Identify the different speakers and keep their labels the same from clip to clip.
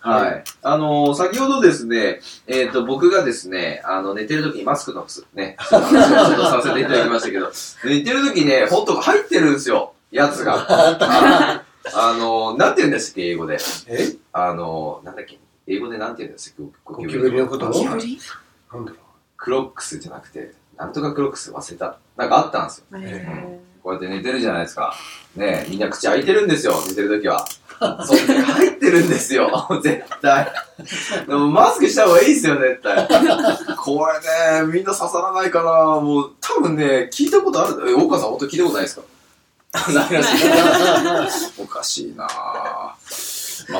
Speaker 1: はい。あのー先ほどですね、えっ、と、僕がですね、あの、寝てる時にマスクのす、ね、ちょっとさせていただきましたけど、 寝てる時ね、ほんと入ってるんですよ、やつ が。あのーなんて言うんですっけ、英語で。
Speaker 2: え
Speaker 1: あのーなんだっけ、英語でなんて言うんですっけ、ゴ
Speaker 2: ゴキブリのこと
Speaker 1: ゴキブリ
Speaker 2: なんだろ
Speaker 1: クロックスじゃなくて、なんとかクロックス忘れた。なんかあったんですよ。こうやって寝てるじゃないですか。ねえ、みんな口開いてるんですよ、寝てるときは。そう、入ってるんですよ、 絶対。でもマスクした方がいいですよ、絶対。これね、みんな刺さらないかな。もう、多分ね、聞いたことある。え、岡さん、本当聞いたことないですかないですおかしいなまあ、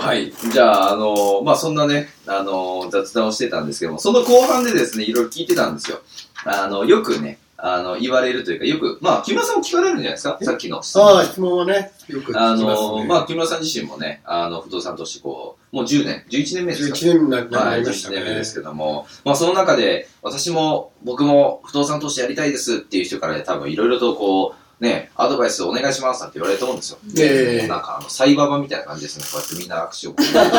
Speaker 1: はい。じゃあ、あのまあ、そんなね、あの雑談をしてたんですけども、その後半でですね、いろいろ聞いてたんですよ。あの、よくね、あの、言われるというか、よく、まあ、木村さんも聞かれるんじゃないですかさっきの質
Speaker 2: う。
Speaker 1: 問
Speaker 2: ああ、質問はね、よく聞き
Speaker 1: あ
Speaker 2: ますね。
Speaker 1: のまあ、木村さん自身もね、あの、不動産投資、こう、もう10年、11年目です
Speaker 2: 11
Speaker 1: か
Speaker 2: 年にな
Speaker 1: は、
Speaker 2: ないりました
Speaker 1: 11
Speaker 2: ね。
Speaker 1: 年目ですけども、まあ、その中で、私も、僕も不動産投資やりたいですっていう人からね、多分いろいろとこう、ね、アドバイスをお願いしますなんて言われると思うんですよ。
Speaker 2: ええ
Speaker 1: なんかあの、サイバー版みたいな感じですね。こうやってみんな握手をこうやっ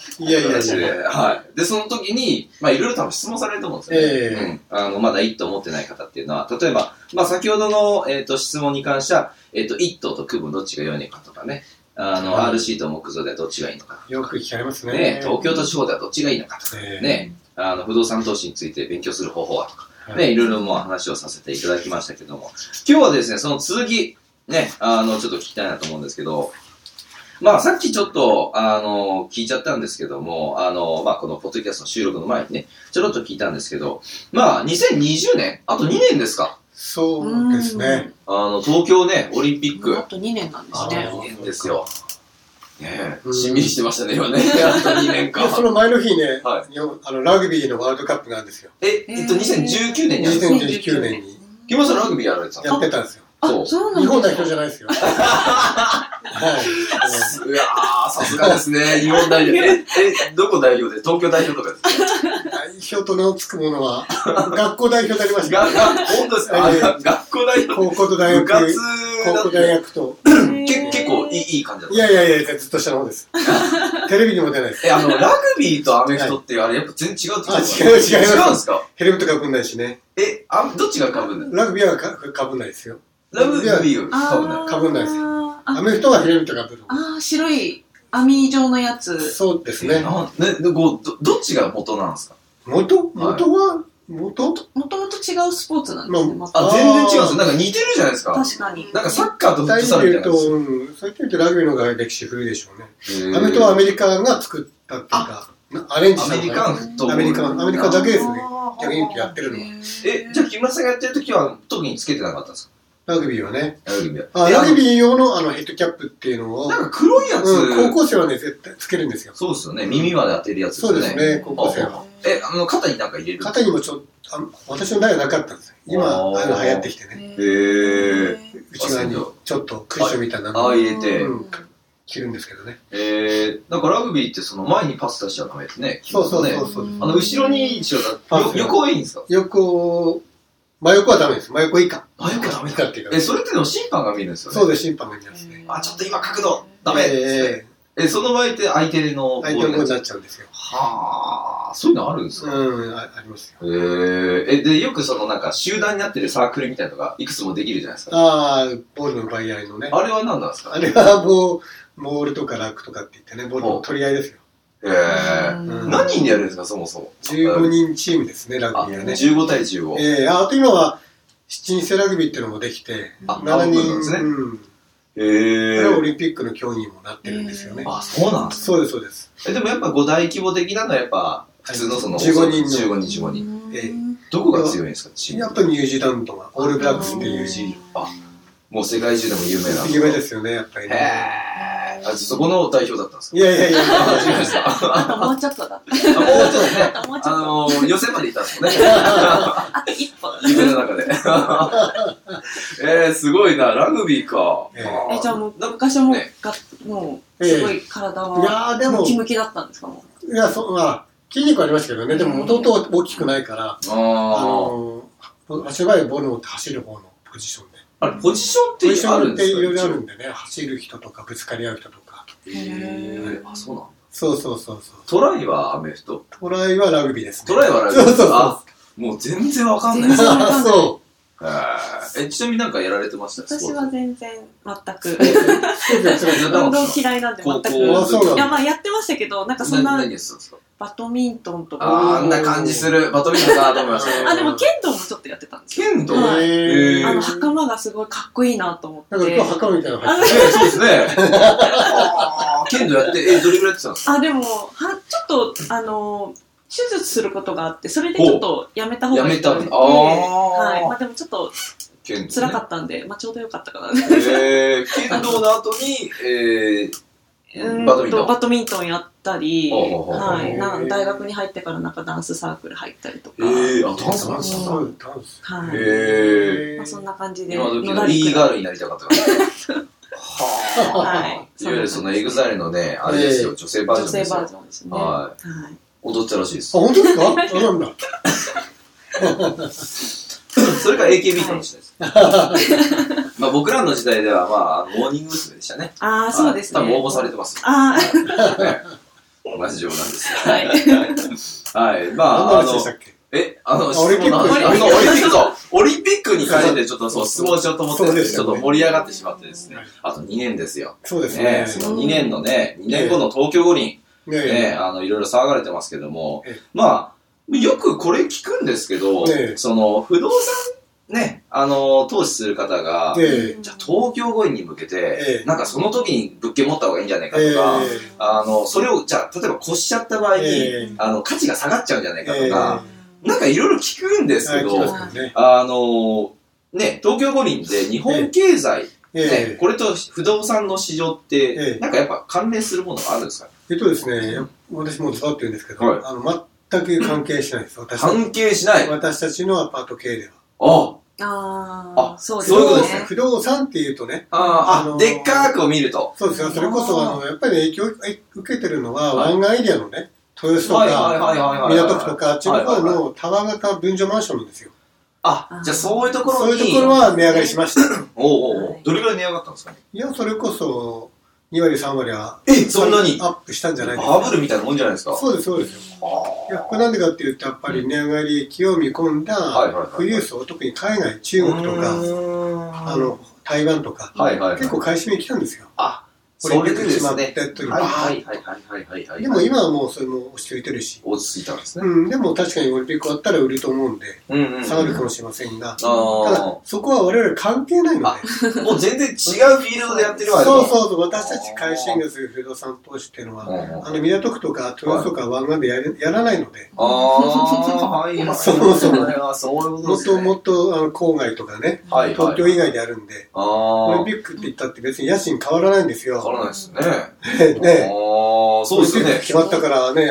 Speaker 1: てね。
Speaker 2: いやいやい
Speaker 1: 形
Speaker 2: や。
Speaker 1: ではい。で、その時に、まあ、いろいろ多分質問されると思うんですよね。
Speaker 2: ええ
Speaker 1: うん。あの、まだ一と思ってない方っていうのは、例えば、まあ、先ほどの、えっ、と、質問に関しては、えっ、と、一棟と区分どっちが良いのかとかね、あの、
Speaker 2: はい
Speaker 1: RC と木造ではどっちがいいのか
Speaker 2: よく聞かれますね。
Speaker 1: ね、東京と地方ではどっちがいいのかとか、
Speaker 2: ええ
Speaker 1: ね、あの、不動産投資について勉強する方法はとか、
Speaker 2: はい
Speaker 1: ね、いろいろもう話をさせていただきましたけども、今日はですね、その続き、ね、あの、ちょっと聞きたいなと思うんですけど、まあ、さっきちょっと、あの、聞いちゃったんですけども、あの、まあ、このポッドキャストの収録の前にね、ちょろっと聞いたんですけど、まあ、2020年、あと2年ですか。
Speaker 2: そうですね。
Speaker 1: あの、東京ね、オリンピック
Speaker 3: あ。と2年なんです
Speaker 2: あ
Speaker 3: ね。
Speaker 2: ー
Speaker 1: 2年ですよ。ね
Speaker 2: う
Speaker 1: え、
Speaker 2: ん
Speaker 1: しんみりしてましたね、今ね。あと2年
Speaker 2: い
Speaker 1: か
Speaker 2: や。その前の日ね、
Speaker 1: は
Speaker 2: 日本あのラグビーのワールドカップがあるんですよ。
Speaker 1: え、えっと、
Speaker 3: へえ
Speaker 1: 2019年にやるんですか
Speaker 2: 2019年に
Speaker 1: 木村さんラグビーやられてたんですか
Speaker 2: やってたんですよ。
Speaker 3: あ、
Speaker 1: そう
Speaker 3: そうなん
Speaker 2: 日本代
Speaker 3: です
Speaker 2: 表じゃ
Speaker 3: か
Speaker 2: ない ですよ。はい。
Speaker 1: うわー、さすがですね。日本代表。え、えどこ代表で東京代表とかですか
Speaker 2: 代表と名をつくものは、学校代表でありまし
Speaker 1: が
Speaker 2: た。
Speaker 1: が本当ですか、
Speaker 2: ええ
Speaker 1: あ学校代表。
Speaker 2: 高校と大
Speaker 1: 部
Speaker 2: 学、
Speaker 1: 活
Speaker 2: 高校大
Speaker 1: だっ
Speaker 2: 学と。
Speaker 1: てけ結構いいいい感じだっ
Speaker 2: いやいやいや、ずっと下の方 です。テレビにも出ないです。
Speaker 1: た。え、あの、ラグビーとアメフトってあれやっぱ全然違うってことですか
Speaker 2: あ違う違います
Speaker 1: 違うんですか
Speaker 2: ヘルメットかぶんないしね。
Speaker 1: え、あどっちが被るんだ
Speaker 2: ラグビーはかかぶんないですよ。
Speaker 1: ラグビーが被るんだ
Speaker 3: あー
Speaker 2: かぶんないですア
Speaker 3: あ
Speaker 2: メフトはヘルメットかぶる。
Speaker 3: あー、白い網状のやつ。
Speaker 2: そうです
Speaker 1: え
Speaker 2: ね。
Speaker 1: なねでこうどどっちが元なんですか
Speaker 2: 元元は、元
Speaker 3: もともと違うスポーツなんですね、
Speaker 2: ま
Speaker 3: ま
Speaker 1: あ、
Speaker 3: た。
Speaker 1: 全然違うんですよ。なんか似てるじゃないですか。
Speaker 3: 確かに。
Speaker 1: なんかサッカーとフッ
Speaker 2: 大
Speaker 1: トサ
Speaker 2: 体
Speaker 1: ルみ
Speaker 2: 言
Speaker 1: たいうな
Speaker 2: と、
Speaker 1: や
Speaker 2: うん、最近言うとラグビーの方が歴史古いでしょうね。
Speaker 1: つ。
Speaker 2: アメフトはアメリカが作ったっていうか、なアレンジ
Speaker 1: ア
Speaker 2: した
Speaker 1: メ
Speaker 2: の
Speaker 1: リ
Speaker 2: か
Speaker 1: カ
Speaker 2: な
Speaker 1: ンフットボール
Speaker 2: アメリカンアメリカだけですね
Speaker 3: あー
Speaker 2: 逆にやってるのは
Speaker 3: へー
Speaker 1: え、じゃあ木村さんがやってる時は特につけてなかったんですか
Speaker 2: ラグビーはね。
Speaker 1: ラグビー
Speaker 2: あ
Speaker 1: え
Speaker 2: ラグビー用のあのヘッドキャップっていうのを、
Speaker 1: なんか黒いやつ、
Speaker 2: うん、高校生はね、絶対つけるんですよ。
Speaker 1: そうですよね。耳まで当てるやつ
Speaker 2: そうですね、高校生は。
Speaker 1: え、あの、肩になんか入れる
Speaker 2: 肩にもちょっと、あ私の代はなかったんですよ。今、あ
Speaker 1: あー
Speaker 2: の流行ってきて
Speaker 3: へ
Speaker 2: ね。
Speaker 1: へー。
Speaker 3: ー
Speaker 2: 内側にちょっとクッションみたいな
Speaker 1: あ
Speaker 2: の
Speaker 1: あ入れて。
Speaker 2: うん着るんですけどね。
Speaker 1: えー、なんかラグビーってその前にパス出しちゃダメですね。
Speaker 2: そうそう
Speaker 1: 基
Speaker 2: そ
Speaker 1: 本
Speaker 2: う
Speaker 1: ね
Speaker 2: そう。
Speaker 1: あの、後ろにしろ
Speaker 2: パ
Speaker 1: よ
Speaker 2: ス
Speaker 1: 横はいいんですか
Speaker 2: 横、真横はダメです。真横以下。
Speaker 1: 真横ダメ
Speaker 2: だっていうか。
Speaker 1: え、それってでも審判が見るんですよね。
Speaker 2: そう
Speaker 1: で
Speaker 2: です、審判がいますね。
Speaker 1: あ、ちょっと今角度、ダメ、
Speaker 2: え
Speaker 1: え、その場合って相手の
Speaker 2: え
Speaker 1: ボー
Speaker 2: 相手
Speaker 1: ル
Speaker 2: の
Speaker 1: に
Speaker 2: 方
Speaker 1: なっちゃ
Speaker 2: に
Speaker 1: う
Speaker 2: なっちゃうんですよ。
Speaker 1: はあ、そういうのあるんですか、
Speaker 2: うん、あありますよ。
Speaker 1: えー、え、で、よくそのなんか集団になってるサークルみたいなのがいくつもできるじゃないですか。
Speaker 2: ああ、ボールの奪い合いのね。
Speaker 1: あれは何なんです
Speaker 2: あ
Speaker 1: か
Speaker 2: れはもう、モールとかラックとかって言ってね、ボールの取り合いですよ。
Speaker 1: えー、
Speaker 2: うん
Speaker 1: 何人でやるんですか、そもそも。
Speaker 2: 15人チームですね、ラ
Speaker 1: あ、
Speaker 2: グビーはね。
Speaker 1: 15対15。
Speaker 2: ええああと今は、7人制ラグビーっていうのもできて、
Speaker 1: あ、
Speaker 2: 7
Speaker 1: 何人なん
Speaker 2: 人、
Speaker 1: ですね。
Speaker 2: うん。
Speaker 1: え
Speaker 2: これはオ
Speaker 1: ー。
Speaker 2: リンピックの競技にもなってるんですよね。
Speaker 1: あ、そうなんです
Speaker 2: そうです、そうです。
Speaker 1: え、でもやっぱ5大規模的なのはやっぱ、普通のその、
Speaker 2: 15人の
Speaker 1: 15人、15人。
Speaker 2: ええ
Speaker 1: どこが強いんですか、チーム。
Speaker 2: やっぱニュージーランドが、オールブラックスっていう
Speaker 1: あ、もう世界中でも有名な。
Speaker 2: 夢ですよね、やっぱり
Speaker 1: へ
Speaker 2: ね。
Speaker 1: あそこの代表だったんですか
Speaker 2: いやいやいや、
Speaker 1: あ違いました。あ
Speaker 3: あともうちょっとだった。
Speaker 1: もうちょっとね、
Speaker 3: あともうち
Speaker 1: あ
Speaker 3: ょっと。
Speaker 1: の予選まで行ったんですもんね。
Speaker 3: あと一歩だ。
Speaker 1: 夢の中で。えー、すごいな、ラグビーか。
Speaker 2: ええ
Speaker 1: あー
Speaker 3: え、じゃあもう、昔はもう
Speaker 1: ね、
Speaker 3: がもう、すごい体
Speaker 2: いや
Speaker 3: は、
Speaker 2: ーでも
Speaker 3: ムキムキだったんですかも
Speaker 2: いや、そう、まあ、筋肉ありましたけどね、でも元々大きくないから、あ
Speaker 1: あー
Speaker 2: のー、足早いボールを持って走る方のポジションで。
Speaker 1: あれ、ポジションって
Speaker 2: ポジシ
Speaker 1: あ
Speaker 2: ョ
Speaker 1: る
Speaker 2: ン
Speaker 1: ん
Speaker 2: っ
Speaker 1: で
Speaker 2: て
Speaker 1: すか
Speaker 2: いろいろあるんでね、走る人とかぶつかり合う人とか。
Speaker 1: へーあ、そうなんだ。
Speaker 2: そうそうそうそう。
Speaker 1: トライはアメフト
Speaker 2: トライはラグビーですね。
Speaker 1: トライはラグビー
Speaker 2: そうそうそう
Speaker 1: あ、もう全然わか んないです。
Speaker 3: 全然
Speaker 2: あそ
Speaker 1: へーえ、ちなみになんかやられてました
Speaker 3: 私は全然、全く
Speaker 2: う。。そうそう
Speaker 1: ス
Speaker 2: そう
Speaker 1: ポーツ
Speaker 3: 運動嫌いなんで
Speaker 1: 高
Speaker 3: 全
Speaker 1: 校
Speaker 3: く。
Speaker 2: あそうなん
Speaker 3: い
Speaker 2: だ
Speaker 3: や、まあやってましたけど、なんかそん
Speaker 1: な
Speaker 3: な
Speaker 1: 何、やってたんですか
Speaker 3: バドミントンと
Speaker 1: あー
Speaker 3: か。
Speaker 1: あんな感じする。バドミントンかなと思いました。
Speaker 3: あ、でも剣道もちょっとやってたんですよ。
Speaker 1: 剣道
Speaker 3: は
Speaker 1: え
Speaker 3: い
Speaker 1: へー
Speaker 3: あの、袴がすごいかっこいいなと思
Speaker 2: なんか
Speaker 3: って
Speaker 2: 今日。袴みたいなの入って
Speaker 1: えそうですね。あー剣道やって、え、どれぐらいやってたんですか
Speaker 3: あ、でも、は、ちょっと、あの、手術することがあって、それでちょっとやめた方
Speaker 1: や
Speaker 3: がい
Speaker 1: め
Speaker 3: いと
Speaker 1: た
Speaker 3: 思っ
Speaker 1: ん
Speaker 3: て。
Speaker 1: だ。ああ。
Speaker 3: はい。まあでもちょっと
Speaker 1: 剣道、ね。
Speaker 3: 辛かったんで、まあちょうどよかったかな。
Speaker 1: えー、剣道の後に、えー、
Speaker 3: うん
Speaker 1: バドミントン
Speaker 3: バドミントンやったり、
Speaker 1: ほうほうほう
Speaker 3: はい、なん大学に入ってからなんかダンスサークル入ったりとか、
Speaker 1: えー、あ、ダンス
Speaker 2: た。
Speaker 1: なんですか
Speaker 2: そうダンス。
Speaker 3: はい
Speaker 1: えー。
Speaker 3: まあ、そんな感じで
Speaker 1: 今時
Speaker 3: の
Speaker 1: の
Speaker 3: らり
Speaker 1: E
Speaker 3: く
Speaker 1: ガールになりたかったから。
Speaker 3: はい
Speaker 1: はあ。いわゆるそのエグザイルのね、あれですよ、女性バージョ
Speaker 3: 女
Speaker 1: ン
Speaker 3: 性
Speaker 1: です
Speaker 3: バー
Speaker 1: よ
Speaker 3: ジ。ョンですね、
Speaker 1: は
Speaker 3: はい
Speaker 1: 踊ってたらしいで
Speaker 2: あ、
Speaker 1: す。
Speaker 2: 本当ですかあ、なんだ。
Speaker 1: それから AKB かもしれないです。まあ僕らの時代では、まあ、あのモーニング娘。でしたね。
Speaker 3: ああそうですね
Speaker 1: はい多分応募されてます。
Speaker 3: あー
Speaker 1: 同じようなんです。
Speaker 3: はい
Speaker 1: はい。ま
Speaker 2: 何の
Speaker 1: あ、あ
Speaker 2: 話で
Speaker 1: の
Speaker 2: し、たっけ
Speaker 1: え、あの、
Speaker 2: オリンピック
Speaker 1: あそ うオリンピックそうオリンピックに関してちょっとそう、質問しようと思って
Speaker 2: そう
Speaker 1: て、
Speaker 2: で
Speaker 1: ち
Speaker 2: す
Speaker 1: ょ
Speaker 2: よ
Speaker 1: っ
Speaker 2: ね
Speaker 1: と盛り上がってしまってですね
Speaker 2: はい。
Speaker 1: あと2年ですよ。
Speaker 2: そうです
Speaker 1: ね
Speaker 2: ね。
Speaker 1: その2年のね、2年後の東京五輪、ね、あの、いろいろ騒がれてますけども
Speaker 2: ええ、
Speaker 1: まあ、よくこれ聞くんですけど、
Speaker 2: ええ
Speaker 1: その、不動産、ね、あの、投資する方が、
Speaker 2: ええ
Speaker 1: じゃあ東京五輪に向けて
Speaker 2: え、え
Speaker 1: なんかその時に物件持った方がいいんじゃないかと
Speaker 2: え
Speaker 1: か、
Speaker 2: え
Speaker 1: あの、それを、じゃあ、例えば越しちゃった場合に、
Speaker 2: え
Speaker 1: あの、価値が下がっちゃうんじゃないかとか、
Speaker 3: うん
Speaker 1: なんかいろいろ聞くんですけ
Speaker 2: え。
Speaker 1: ど、
Speaker 3: は
Speaker 2: あね。
Speaker 1: あの、ね、東京五輪で日本経済、ね
Speaker 2: ええ。
Speaker 1: これと不動産の市場って、
Speaker 2: ええ
Speaker 1: なんかやっぱ関連するものがあるんですかね
Speaker 2: えっとですね、私もずっとって言うんですけ
Speaker 1: はい
Speaker 2: ど、あの、全く関係しないです。私た
Speaker 1: 関係しない。あ
Speaker 2: 私たちのアパート経営では。
Speaker 1: あ
Speaker 3: あ
Speaker 1: あ
Speaker 3: ーそうです
Speaker 1: そういうことですね
Speaker 3: ね
Speaker 2: 不動産っていうとね、
Speaker 1: あ
Speaker 2: あ
Speaker 1: ー
Speaker 2: の
Speaker 1: あ、
Speaker 2: ー
Speaker 1: でっかくを見ると。
Speaker 2: そうですよ。それこそ、あの、やっぱり影響を受けてるのは、湾岸エリアのね、豊洲と
Speaker 1: はいはい
Speaker 2: か、
Speaker 1: はいはいはい。
Speaker 2: 港区とか、あっちの
Speaker 1: はい
Speaker 2: 方
Speaker 1: はいはい
Speaker 2: のタワー型分譲マンションなんですよ。
Speaker 1: あ、じゃあそういうところ
Speaker 2: そう
Speaker 1: に。
Speaker 2: いうところは値上がりしました。
Speaker 1: おうおうおう
Speaker 3: はい
Speaker 1: どれぐらい値上がったんですかね
Speaker 2: いや、それこそ、2割、3割は、
Speaker 1: え、そんなに
Speaker 2: アップしたんじゃないです
Speaker 1: バ
Speaker 2: か。
Speaker 1: ブルみたいなもんじゃないですか。
Speaker 2: そうです、そうですよ。いや、これなんでかっていうと、やっぱり値上がり気を見込ん
Speaker 1: はいはいはい
Speaker 2: だ富裕層、特に海外、中国と
Speaker 1: う
Speaker 2: か、
Speaker 1: ーん
Speaker 2: あ、の、台湾とか、
Speaker 1: はいはいはい。
Speaker 2: 結構買い占めに来たんですよ。
Speaker 1: あ、
Speaker 2: これ
Speaker 1: そういうことです
Speaker 2: 出
Speaker 1: ね
Speaker 2: てしまってと。いう
Speaker 1: はいはいはいはいはいはい。
Speaker 2: でも、今はもうそれも落ち着いてるし。
Speaker 1: 落ち着いたんですね。
Speaker 2: うん、でも確かにオリンピック終わったら売ると思うんで、
Speaker 1: うんうんうん
Speaker 2: 下がるかもしれません
Speaker 1: あ
Speaker 2: が、ただ、そこは我々関係ないので、
Speaker 1: ーもう全然違うフィールドでやってるわけだ
Speaker 2: そうそうそう、私たち会社員がする不動産投資っていうのは、
Speaker 1: うんうん
Speaker 2: あの港区とか豊洲とか湾岸でやれやらないので、
Speaker 1: ああ、はいはい。
Speaker 2: そもそも
Speaker 1: れはそういうこと
Speaker 2: も
Speaker 1: で
Speaker 2: っ
Speaker 1: す
Speaker 2: と
Speaker 1: ね。
Speaker 2: もっとあの郊外とかね、
Speaker 1: はいはいはい
Speaker 2: 東京以外であるんで、
Speaker 1: あ
Speaker 2: オリン
Speaker 1: あ
Speaker 2: ピ、ックって言ったって別に家賃変わらないんです
Speaker 1: わから
Speaker 2: よ。
Speaker 1: ないですね。
Speaker 2: ね
Speaker 1: ああ、そうですよ
Speaker 2: オリンピッ
Speaker 1: ね
Speaker 2: ク。決まったからね、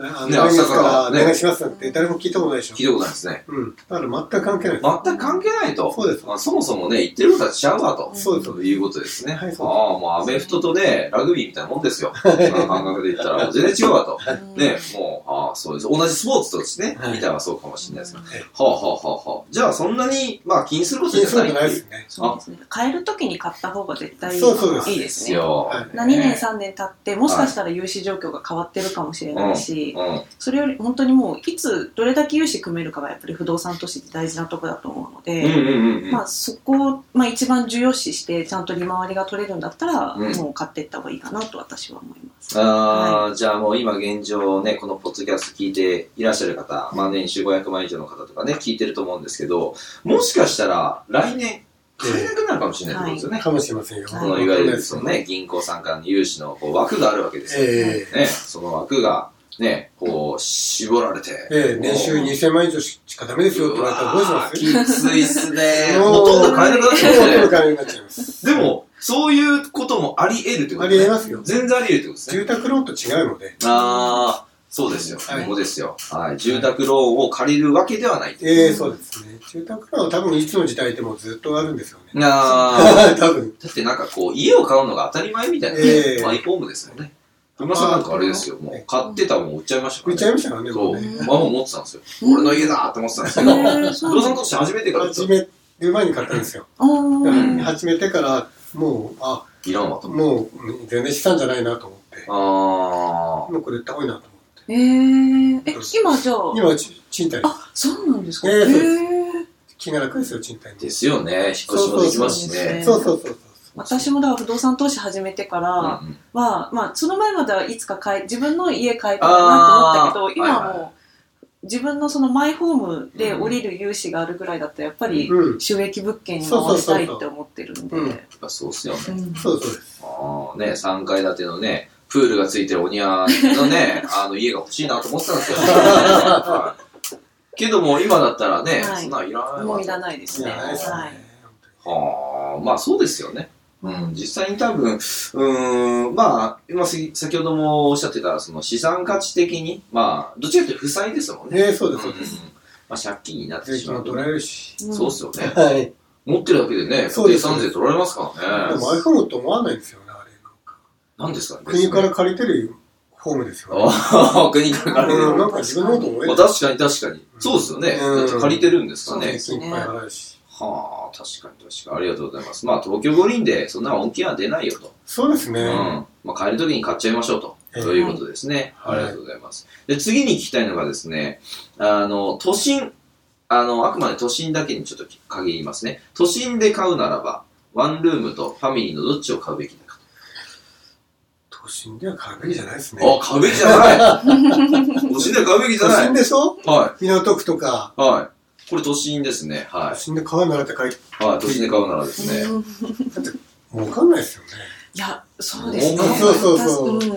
Speaker 2: あの
Speaker 1: ね
Speaker 2: 来
Speaker 1: 明
Speaker 2: 月
Speaker 1: 日
Speaker 2: か
Speaker 1: から
Speaker 2: ら
Speaker 1: ね
Speaker 2: お願いしますなんて誰も聞いたことないでしょ
Speaker 1: 聞。いたことないですね。
Speaker 2: うん、だから全く関係ない。
Speaker 1: 全く関係ないと。
Speaker 2: そうです
Speaker 1: まあ、そもそもね、言ってることは違うわと。
Speaker 2: そうです
Speaker 1: ということですね。
Speaker 2: はいそうです
Speaker 1: ああ、もうアメフトとね、ラグビーみたいなもんですよ。そんな感覚で言ったら、もう全然違うわと。ね、もう、ああ、そうです。同じスポーツとしてね、
Speaker 2: はい
Speaker 1: みたいなそうかもしれないですが。は
Speaker 2: はい
Speaker 1: あ、はあはあはあ、じゃあ、そんなに、まあ、気にすること
Speaker 2: 気にす
Speaker 1: じゃ
Speaker 2: る
Speaker 1: ない
Speaker 2: ことないですね。
Speaker 3: そうですね買える時に買った方が絶対いい
Speaker 2: そうそうです
Speaker 1: いいで
Speaker 3: ですすね
Speaker 1: よ。
Speaker 2: はい
Speaker 3: 何年
Speaker 1: ん。
Speaker 3: 3年経ってもしかしたら融資状況が変わってるかもしれないし、
Speaker 1: うん。
Speaker 3: それより本当にもういつどれだけ融資組めるかがやっぱり不動産投資って大事なとこだと思うので、
Speaker 1: うんうんうんうん。
Speaker 3: まあ、そこを、まあ、一番重要視してちゃんと利回りが取れるんだったら、
Speaker 1: うん
Speaker 3: もう買っていった方がいいかなと私は思います。
Speaker 1: あーじゃあもう今現状ね、このポッドキャスト聞いていらっしゃる方、まあ年収500万以上の方とかね、聞いてると思うんですけど、もしかしたら来年、買えなくなるかもしれないってことですよね。
Speaker 2: かもしれませんよ。
Speaker 3: はい
Speaker 1: このいわゆるそのね、銀行さんからの融資のこう枠があるわけですよ。
Speaker 2: ええ
Speaker 1: ね、その枠がね、こう、絞られて。
Speaker 2: ええ、年収
Speaker 1: もう
Speaker 2: 2000万円以上しかダメですよって言われたらどうしま
Speaker 1: うわーきついっすね。
Speaker 2: もう
Speaker 1: ほとんど買えなくなっちゃ
Speaker 2: す
Speaker 1: う
Speaker 2: もう
Speaker 1: ね。
Speaker 2: お金になっちゃいます。
Speaker 1: でも、そういうこともあり得るってこと
Speaker 2: ありえますよ。
Speaker 1: 全然あり得るってことですね。
Speaker 2: 住宅ローンと違うので。
Speaker 1: ああ、そうですよ。
Speaker 2: はい
Speaker 1: ここですよ。はい。住宅ローンを借りるわけではない。
Speaker 2: ええそうですね。住宅ローンは多分いつの時代でもずっとあるんですよね。
Speaker 1: ああ。
Speaker 2: 多分。
Speaker 1: だってなんかこう、家を買うのが当たり前みたいな、
Speaker 2: ええ
Speaker 1: マイホームですよね。今さなんかあれですよ。もう買ってたもん売っちゃいましたから
Speaker 2: 売っ
Speaker 1: ね。
Speaker 2: ちゃいましたからね、も
Speaker 1: そうう
Speaker 2: ね。。
Speaker 1: ママ持ってたんですよ。俺の家だって思ってたんですけど、
Speaker 3: へえそう
Speaker 1: 不動産投資始めてからです
Speaker 2: 始
Speaker 1: よ
Speaker 2: める前に買ったんですよ。
Speaker 3: お
Speaker 2: だから
Speaker 1: うん
Speaker 3: ー
Speaker 2: 始めてから、もう、あ、
Speaker 1: いらんわと思って。
Speaker 2: もううん全然資産じゃないなと思って。
Speaker 1: あ
Speaker 2: もうこれ売った方がいいなと思って。
Speaker 3: えー、え、今じゃあ、
Speaker 2: 今はち賃貸、
Speaker 3: あ、そうなんですか。
Speaker 2: ええそうです
Speaker 3: えー
Speaker 2: 気が楽ですよ、賃貸
Speaker 1: ー。
Speaker 2: に。
Speaker 1: ですよね。引っ越しもできますし
Speaker 3: そうそうそうで
Speaker 1: ね。
Speaker 3: す
Speaker 2: そうそうそうそう。
Speaker 3: 私もだから不動産投資始めてから
Speaker 1: うんう
Speaker 3: は、
Speaker 1: ん
Speaker 3: まあ、その前まではいつか買い、自分の家買えたらなと思ったけど、
Speaker 1: あー
Speaker 3: 今は
Speaker 1: はいはい
Speaker 3: もう、自分のそのマイホームで降りる融資があるぐらいだったら、やっぱり
Speaker 2: うん。
Speaker 3: 収益物件に回したいって思ってるんで。
Speaker 2: そうそうそうそう
Speaker 1: やっぱそうっすよね。
Speaker 3: うん
Speaker 2: そうそうです。
Speaker 1: ああ、ね、3階建てのね、プールがついてるお庭の ね、あの家が欲しいなと思ってたんですよ。はいけども、今だったらね、
Speaker 3: はい
Speaker 1: そんなんいらない
Speaker 3: も
Speaker 1: わ
Speaker 3: うい。らないですね。
Speaker 2: いやないですよね
Speaker 3: はい。
Speaker 1: はあ、まあそうですよね。うん、実際に多分、うーん、まあ、今先先ほどもおっしゃってた、その資産価値的に、まあ、どっちかというと負債ですもんね。
Speaker 2: ええそうです、そうで
Speaker 1: ん
Speaker 2: す。
Speaker 1: まあ、借金になって
Speaker 2: 税
Speaker 1: し
Speaker 2: 金
Speaker 1: ま
Speaker 2: も
Speaker 1: うと
Speaker 2: 取。られるし。
Speaker 3: うん
Speaker 1: そうっすよね。
Speaker 2: はい。
Speaker 1: 持ってるだけでね、
Speaker 2: そ
Speaker 1: 固
Speaker 2: う
Speaker 1: 定
Speaker 2: です
Speaker 1: 産税取られますから
Speaker 2: で
Speaker 1: ね。
Speaker 2: も iPhone と思わないんですよね、あれ。
Speaker 1: 何ですかね。
Speaker 2: 国から借りてるホームですよね。
Speaker 1: ああ、国から借りてる
Speaker 2: うんなんか自分のこと思え
Speaker 1: ま
Speaker 2: な
Speaker 1: あ、
Speaker 2: い。
Speaker 1: 確かに確かに。そうですよね。
Speaker 2: うん
Speaker 1: だって借りてるんですか
Speaker 3: そう
Speaker 1: ね。
Speaker 3: ですね
Speaker 2: いっぱい払うし。
Speaker 1: はあ、確かに確かに。ありがとうございます。まあ、東京五輪でそんな恩恵は出ないよと。
Speaker 2: そうですね。
Speaker 1: うん。まあ、買える時に買っちゃいましょうと。
Speaker 2: ええ
Speaker 1: ということですね。あ
Speaker 2: はい
Speaker 1: りがとうございます。で、次に聞きたいのがですね、あの、都心、あの、あくまで都心だけにちょっと限りますね。都心で買うならば、ワンルームとファミリーのどっちを買うべきだか
Speaker 2: 都心では買うべきじゃないですね。
Speaker 1: と。あ、買うべきじゃない 都心で買うべきじゃ
Speaker 2: 都
Speaker 1: ない
Speaker 2: 心でしょ
Speaker 1: は
Speaker 2: 港区とか。
Speaker 1: い。はい。これ都心ですね。は
Speaker 2: 都心で川なら高い。
Speaker 1: い。はい。都心で買うならですね。
Speaker 3: うん
Speaker 2: もうわかんないですよね。
Speaker 3: いや、そうですね。
Speaker 1: そう
Speaker 2: そうそう
Speaker 3: 私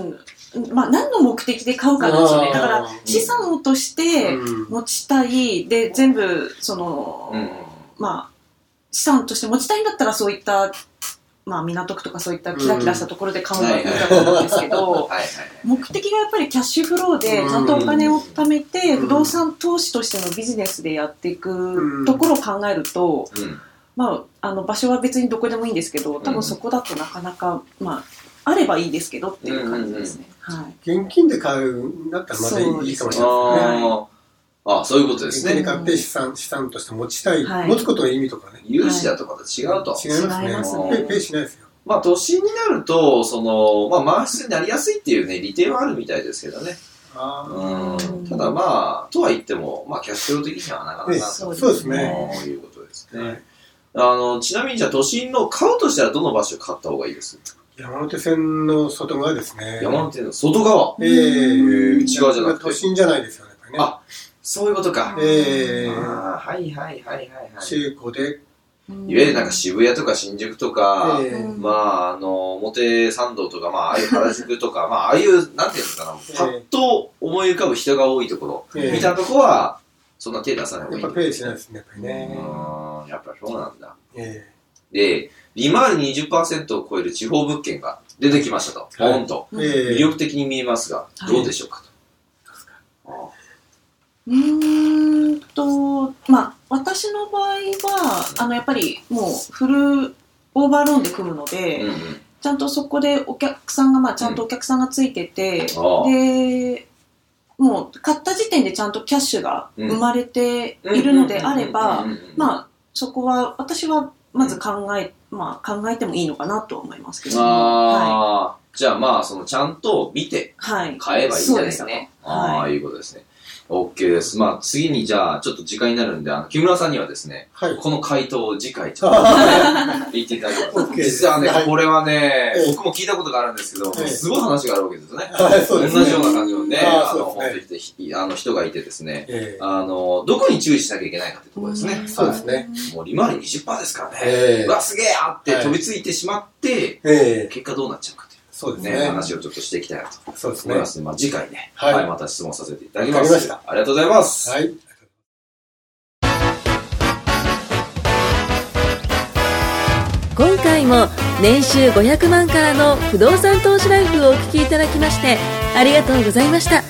Speaker 3: うんまあ、何の目的で買うかなんですよね。
Speaker 2: あー
Speaker 3: だから、資産として
Speaker 2: うん
Speaker 3: 持ちたい、で、全部、その、
Speaker 1: うん。
Speaker 3: まあ、資産として持ちたいんだったら、そういった、まあ、港区とかそういったキラキラしたところで買うのがいいと思うんですけど、
Speaker 1: はいはい。
Speaker 3: 目的がやっぱりキャッシュフローで、ちゃんとお金を貯めて、
Speaker 2: うん
Speaker 3: 不動産投資としてのビジネスでやっていく
Speaker 2: うん
Speaker 3: ところを考えると、
Speaker 1: うん。
Speaker 3: まあ、あの場所は別にどこでもいいんですけど多
Speaker 1: うん
Speaker 3: 分そこだとなかなか、まあ、あればいいですけどっていう感じですね。はい
Speaker 2: 現金で買うんだったらまだいいいいかもしれないですね。
Speaker 1: ああ。あ、そういうことです
Speaker 2: 現金で
Speaker 1: ね。
Speaker 2: 買って資産、資産として持ちたい。
Speaker 3: はい
Speaker 2: 持つことの意味とかね。
Speaker 1: 融資だとかと違うと。
Speaker 2: 違いますね。
Speaker 3: 違います
Speaker 1: ね
Speaker 2: ペイペイしないですよ。
Speaker 1: まあ、都心になると、その、まあ、満室になりやすいっていうね、利点はあるみたいですけどね。
Speaker 2: あ
Speaker 1: うん。ただまあ、とは言っても、まあ、キャッシュフロー的にはなかなか。
Speaker 2: そ
Speaker 3: そう
Speaker 2: う
Speaker 3: です
Speaker 2: ですね。
Speaker 1: ということです
Speaker 2: は
Speaker 1: ね
Speaker 2: い。
Speaker 1: あの、ちなみにじゃあ都心の買うとしたらどの場所を買った方がいいです
Speaker 2: 山手線の外側ですね。
Speaker 1: 山手の外側。
Speaker 2: ええ
Speaker 1: へえ内側じゃなくて
Speaker 2: 都心じゃないですよね、やっぱりね。
Speaker 1: あそういうことか。
Speaker 2: ええ
Speaker 1: ああ、はいはいはいはい、はい。
Speaker 2: 中古で、
Speaker 1: いわゆるなんか渋谷とか新宿とか、
Speaker 2: ええ
Speaker 1: まあ、あの、表参道とか、まあ、ああいう原宿とか、ま あ、ああいう、なんていうんですかな、
Speaker 2: ええ
Speaker 1: パッと思い浮かぶ人が多いところ、
Speaker 2: ええ
Speaker 1: みたいなとこは、そんな手出さない方が
Speaker 2: やっ
Speaker 1: いい。
Speaker 2: ぱペイしないですね、やっぱり
Speaker 1: う
Speaker 2: ね。
Speaker 1: ーん、やっぱそうなんだ。
Speaker 2: え
Speaker 1: で、利回り20%を超える地方物件が出てきましたと。ポ
Speaker 2: はい
Speaker 1: ンと。
Speaker 2: え
Speaker 3: うん
Speaker 2: え
Speaker 1: 魅
Speaker 2: え
Speaker 1: 力的に見えますが、
Speaker 3: はい
Speaker 1: どうでしょうかと。あ
Speaker 3: うーんと、まあ、私の場合はあのやっぱりもうフルオーバーローンで組むの
Speaker 1: あ
Speaker 3: で、
Speaker 1: うんうん。
Speaker 3: ちゃんとそこでお客さんが、まあ、ちゃんとお客さんがついてて、
Speaker 1: ああ。
Speaker 3: でもう買った時点でちゃんとキャッシュが生まれているのであれば、
Speaker 1: うんうんうんうん、あ
Speaker 3: まあ、そこは、私は、まず考え、まあ、考えてもいいのかなとは思いますけど。は
Speaker 1: あー、じゃあまあ、その、ちゃんと見て、
Speaker 3: い。はい。
Speaker 1: 買えばいいんじゃないかと。
Speaker 3: そうですね
Speaker 1: ああ、、
Speaker 3: はい
Speaker 1: うことですね。OK です。まあ、次にじゃあ、ちょっと時間になるんで、あの、木村さんにはですね、
Speaker 2: はい。
Speaker 1: この回答を次回ちょっとね言っていただきます
Speaker 2: OK
Speaker 1: 実はね、
Speaker 2: はい
Speaker 1: これはね
Speaker 2: え、え
Speaker 1: 僕も聞いたことがあるんですけど、
Speaker 2: ええ
Speaker 1: すごい話があるわけですよね。
Speaker 2: はい、そう
Speaker 1: 同
Speaker 2: です
Speaker 1: じ
Speaker 2: ね。
Speaker 1: ような感じのね、
Speaker 2: ああ
Speaker 1: あの、
Speaker 2: そう
Speaker 1: 持っ
Speaker 2: ですね
Speaker 1: てきてひ、あの、人がいてですね、
Speaker 2: ええ
Speaker 1: あの、どこに注意しなきゃいけないかってところですね。
Speaker 3: ん
Speaker 2: そうですね。
Speaker 1: はいもう利回り20%ですからね。
Speaker 2: ええ
Speaker 1: うわ、すげえあって飛びついてしまって、
Speaker 2: ええ
Speaker 1: 結果どうなっちゃうかって
Speaker 2: そうです
Speaker 1: い
Speaker 2: ね
Speaker 1: うね、話をちょっとしていきたいなと
Speaker 2: そうで
Speaker 1: 思い
Speaker 2: すね。は
Speaker 1: ますね。まあ、次回ね、は、
Speaker 2: はいい
Speaker 1: また質問させていただきます。
Speaker 2: わかりました
Speaker 1: ありがとうございます。
Speaker 2: い。
Speaker 4: 今回も年収500万からの不動産投資ライフをお聞きいただきましてありがとうございました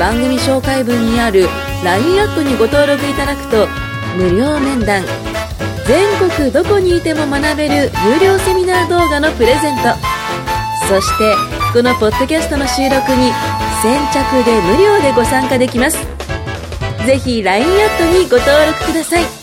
Speaker 4: 番組紹介文にある LINE アットにご登録いただくと無料面談全国どこにいても学べる有料セミナー動画のプレゼントそしてこのポッドキャストの収録に先着で無料でご参加できますぜひ LINE アットにご登録ください